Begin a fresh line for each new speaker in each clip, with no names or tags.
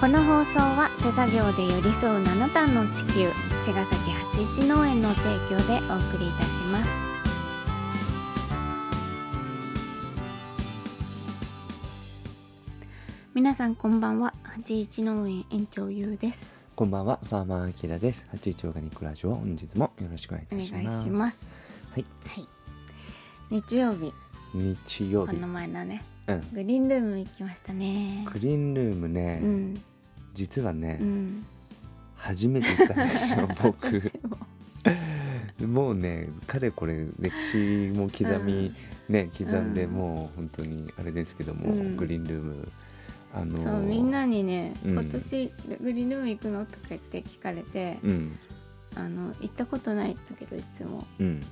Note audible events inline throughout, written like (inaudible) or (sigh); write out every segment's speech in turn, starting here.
この放送は手作業で寄り添う七段の地球茅ヶ崎八一農園の提供でお送りいたします皆さんこんばんは八一農園園長ゆうです
こんばんは、ファーマーアキラです。八一オーガニックラジオ、本日もよろしくお願い
お
いた
願いし
します。
ます
はい、
はい日曜日
日曜
こ
日、う
の
ん、
前のね
グ
グリーンルーム行きましたね
リーンルームね、
うん
実はね、 (laughs)
うん
初めて行ったんです
(laughs)
よ、
私も
僕。もうね、かれこれ歴史も刻み、ね、刻んで、
うん
もう本当にあれですけども、
うん
グリーンルーム。あの
そ
ー
うみんなにね、
うん
今年グリーンルーム行くのとか言って聞かれて、
うん、
あの行ったことないんだけどいつも
うん、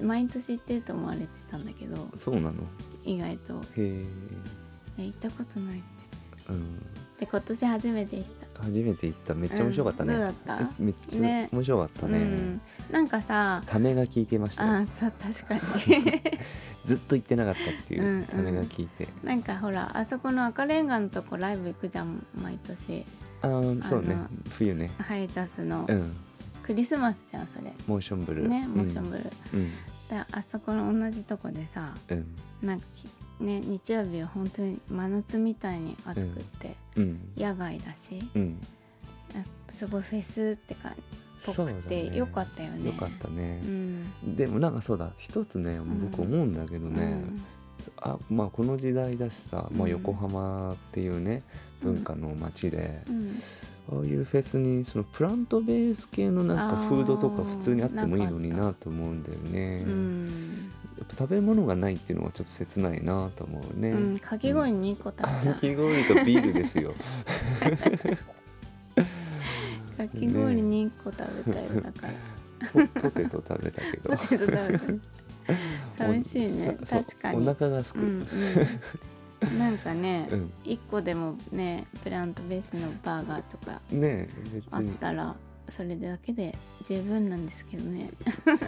毎年行ってると思われてたんだけど
そうなの。
意外と
へえ、
え行ったことないって言っ
うん、
てで今年初めて行った
初めて行った、めっちゃ面白かったね。
うんどうだった
えめっちゃ、
ね
面白かったね。
うん、なんかさ
ためが効いてましたよ。
あさ確かに (laughs)
ずっと行ってなかったってい
うんうん
うためが聞いて、
なんかほらあそこの赤レンガのとこライブ行くじゃん毎年
ああそうね
あの
冬ね
ハイタスの
うん
クリスマスじゃんそれ
モーションブルー
ねモーションブルー、
ルうん
であそこの同じとこでさ
うん
なんかきね日曜日は本当に真夏みたいに暑くって、
うん
野外だし
うん
あすごいフェスって感じっぽく
そうだ
て
ね
よかったよね
よかったね
う、ん
でもなんかそうだ一つね僕
うん
思うんだけどね、
うん
あまあこの時代だしさ、ま
う
あ、
ん
横浜っていうね、
うん
文化の街で、
うん
ああいうフェスにそのプラントベース系のなんかフードとか普通にあってもいいのになと思うんだよね、
うん
やっぱ食べ物がないっていうのはちょっと切ないなと思うね、
うんかき氷に2個食べた、
かき氷とビールで
(laughs)
すよ。
かき氷に1個食べたよだから
ポポテト食べたけど
ポ。テト食べた寂しいね
(laughs) おそう
確かに
お腹がす
う
く。うん
う
ん。
んなんかね、1個でもねプラントベースのバーガーとか
ね
あ
え
っ
別に
たらそれだけで十分なんですけどね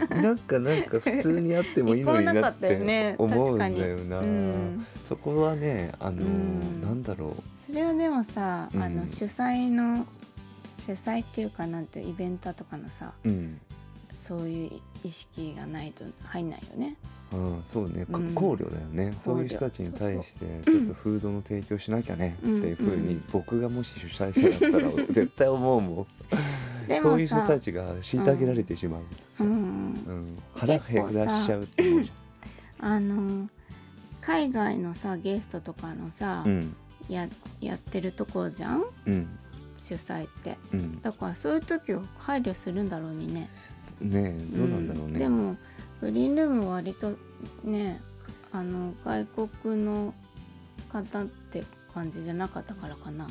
なんかなんか普通にあってもいいのに
一個もなか
なっ
ったよね
て思うんだよ
う
な。
ん
そこはねあの
うん
なんだろ
それはでもさ、
うん
あの主催の主催っていうかなんてイベントとかのさ
う。うん。
そういう意識がないと入んないよね
ああそうね、こ
うん
考慮だよね、そういう人たちに対してちょっとフードの提供しなきゃねっていうふう
うん
に僕がもし主催者だ
(laughs)
ったら絶対思うもん
で
そ
も
ういう人
さ
たちが虐げられてしまう、
うん
うん、腹減らしちゃうって思うじ
あの海外のさゲストとかのさ、
ゃん。うん
ややってるところじゃん
うん
主催って
うん、
だからそういう時を配慮するんだろうにね
ねえどうなんだろうね、
んでもグリーンルームは割とねあの外国の方って感じじゃなかったからかな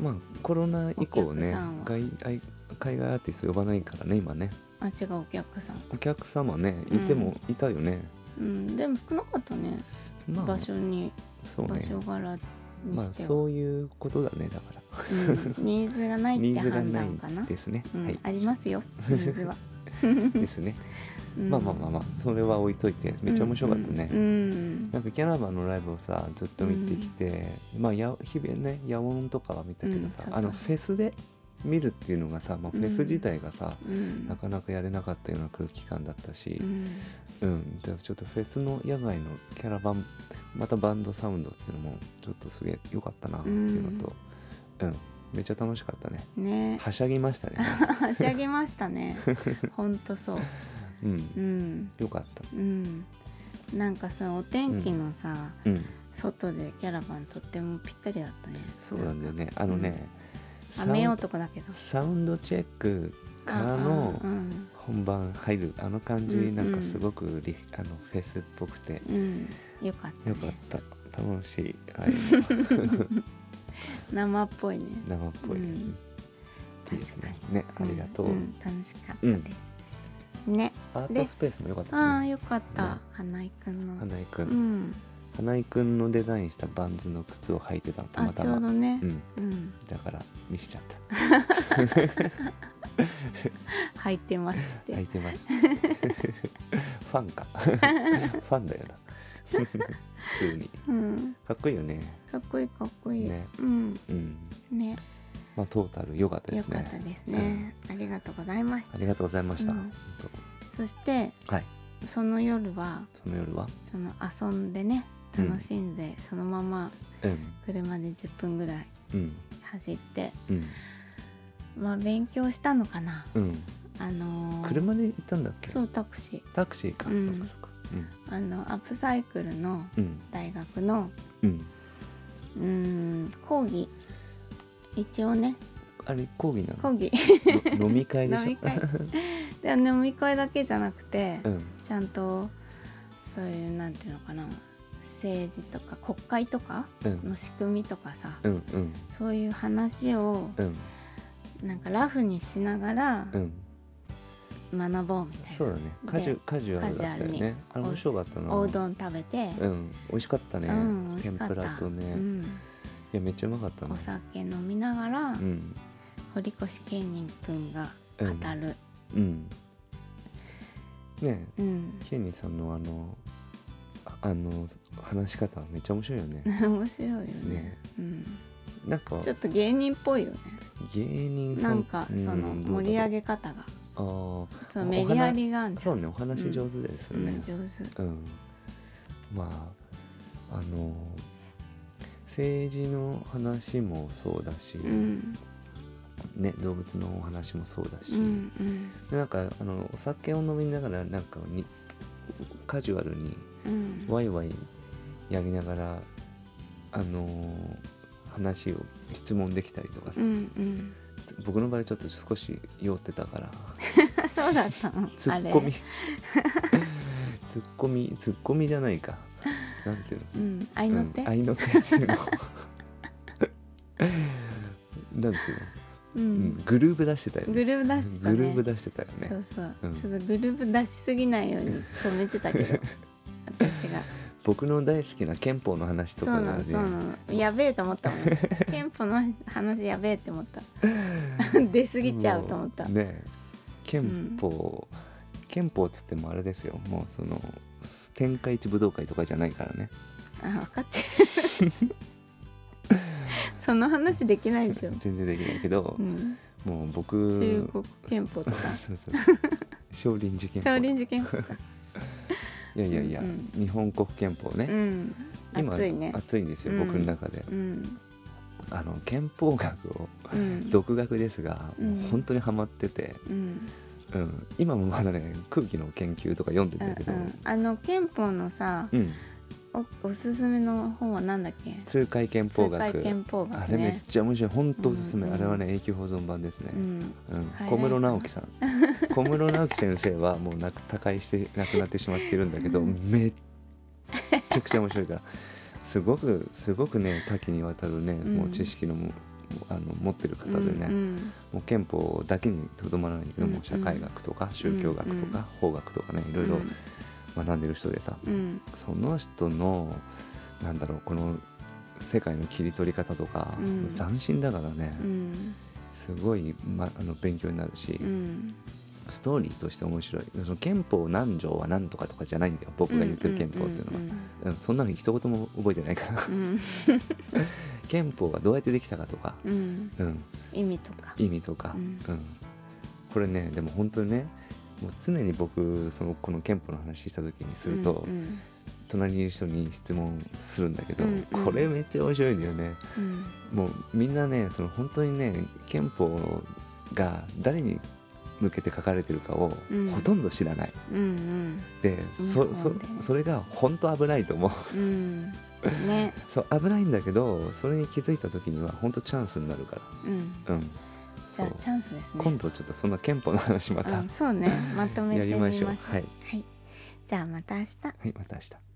まあコロナ以降
お
ね
客さんは
外海海外アーティスト呼ばないからね今ね
あ違うお客さん、
お客様ねいてもいたよね、
うん、でも少なかったね、
まあ
場所に
そう
場
ね
所柄に
まあ
しては、
そういうことだねだから
うん、 (laughs) ニーズがないっ
(laughs) ニ
て
ーズが
判
な
断かない
ですね、
うん
はい
ありますよニー
(laughs)
ズは、
ですね、
うん
まあまあまあまあそれは置いといてめっちゃ面白かったね、
うんうん
なんかキャラバンのライブをさずっと見てきて、まあや日々ね野音とかは見たけどさ、
うん
あのフェスで見るっていうのがさ、まあ、フェス自体がさ、
うん
なかなかやれなかったような空気感だったし
う、ん
うんだからちょっとフェスの野外のキャラバンまたバンドサウンドっていうのもちょっとすげえ良かったなっていうのと、うんめっちゃ楽しかったね
ね (laughs)
はしゃぎましたね、
はしゃぎました
(laughs)
ねほんとそう
う、
うんん
よかった、
うんなんかそのお天気のさ、
うん、
外でキャラバンとってもぴったりだったね
そうなんだよねあのね、サウン
雨男だけど
サウンドチェックからの、
ああうん
本番入るあの感じ、
うんうん
なんかすごくリあのフェスっぽくて
うんよかった,、
よ
ね、
かった楽しい、
(laughs)
はい、
生っぽいね
生っぽい、
うん
いいですねねありがとう、
んん楽しかったです、ね
アートスペースも良かったし、
ああ
ね、
よかった、
ね
花井くんの
花井く
うんん
花井くんのデザインしたバンズの靴を履いてたのた
あ
また
ちょう
ま
どね
うん
うん
だから見しちゃった
履いてますって、
履いて
(laughs)
ますってファンかファンだよな (laughs) 普通に
うん
かっこいいよね
かっこいいかっこいい、
ね
うん
うん
ね
まあ、トータル良かったで
よ
す
かった
ね
ですね、ありがとうございまし
ありがとうございました、
うん
本
たそして
当はい
その夜は
その夜は
その遊んでね
うん
楽しんで、そのまま
うん
車で10分ぐらい
うん
走って
うん
まあ勉強したのかな
うん
あのー
車で行ったんだっけ
そうタクシー
タクシーか、
うん
そうかそうか
あのアップサイクルの
うんうん
大学の
うん
うーん講義一応ね
あれ講義な
講
の
義
の飲み会でしょ
飲み
(laughs)
会で飲み会だけじゃなくて、
うん
ちゃんとそういうなんていうのかな政治とか国会とか
うん
の仕組みとかさ、
うんうん
そういう話を
うん
なんかラフにしながら
うん
学ぼうみたいな、
そうだねカジュ
で
カジュアルだったよ
カジュアル
ね
に
あれ面白かったな
お丼食べて、
うん美味しかったね、
うん美味し
天
かった
ぷらとね、
う
い
ん、
やめっちゃうまかった
お
な
酒飲みながら、
うん
堀越慶人君が語る、
うんね
う
え
ん
ケニーさんのあのああの話し方めっちゃ面白いよね
(laughs) 面白いよね
ね
うん、
なんか
ちょっと芸人っぽいよね
芸人さ
な
ん
んかその
うんどうだろう
盛り上げ方が
あー
そのメリハリがあるじゃ
そ
ん
うねお話上手ですよ
う
ね
ん、上手
うん、まああの政治の話もそうだし、
うん
ね、動物のお話もそうだ
う
し、
んうん
でなんかあのお酒を飲みながらなんかにカジュアルに
うん
ワイワイやりながらあの話を質問できたりとかさ、
うんうん、 (laughs)
僕の場合ちょっと少し酔ってたから
そうだったの
ツ
あ
ッ
れ
コミ (laughs) ツッコミツッコミじゃないかなんていうの
うん合いの手
うん、合いの手っていうの (laughs) なんていうの、
う
うん
ん、
グルーブ出してたよね
グルーヴ出してたね
グルーブ出してたよね
そうそう、
うん
ちょっとグループ出しすぎないように止めてた
(laughs)
けど私が
僕の大好きな憲法の話
そう
とか
な
が
の
ね
そうなのやべえと思ったも
(laughs)
ん憲法の話やべえって思った出過ぎちゃうと思った、
もうね憲法、憲法っつってもあれですよもうその天下一武道会とかじゃないからね
あ分かって
(laughs)
るその話できないでしょ、
全然できないけど
う、ん、
もう僕
中国憲法とか
(laughs) そうそう少林寺憲法
少林寺憲法とか
いやいやいや、
うん
日本国憲法
う
ね、
ん
今
熱いね
熱いんですよ、
うん
僕の中で
うん
あの憲法学を
うん
独学ですが、
うん
もう本当にハマってて、
うん
うん、今もまだね空気の研究とか読んで
う
んだ
ん
けど、
うんあの憲法のさ
うん、
おおすすめの本はなんだっけ
痛快憲法
痛
学
快憲法学ね
あれめっちゃ面白い本当おすすめ、
うんうん
あれはね永久保存版ですね、
うん
うん
はい
小室直
(laughs)
樹さん小室直樹先生はもうなく他界して亡くなってしまってるんだけどめっちゃくちゃ面白いからすごくすごくね多岐にわたるね、
ん
もう知識のもあの持ってる方でね、
うん
もう憲法だけにとどまらないけど、
うん
もう社会学とか宗教学とか、
うん
法学とかねいろいろ学んでる人でさ、
うん
その人のなんだろうこの世界の切り取り方とか、
うん
斬新だからね、
うん
すごい、ま、あの勉強になるし、
うん
ストーリーとして面白いその憲法何条は何とかとかじゃないんだよ僕が言ってる憲法っていうのは、うんそんなの一言も覚えてないから
う
(laughs)
ん
憲法がどうやってできたかとか、
うんうん
うん、
意味とか
意味とか、
う
うんんこれねでも本当にねもう常に僕そのこの憲法の話した時にすると、
うん
隣にいる人に質問するんだけど、
うんうん
これめっちゃ面白いんだよね
うん
もうみんなねその本当にね憲法が誰に向けて書かれてるかを
うん
ほとんど知らない、
うんうん
でそ
日本
そ
でね
それが本当危ないと思
う
う
んね
そう危ないんだけどそれに気づいた時には本当チャンスになるか
うん
らうん
じ
そ
ゃ
う
あチャンスですね
今度ちょっとそんな憲法の話また、
うんそうねまとめ
や
て
り
み
ま
まし
し
ょ
ょ
う
うはい
はいじゃあまた明日
はいまた明日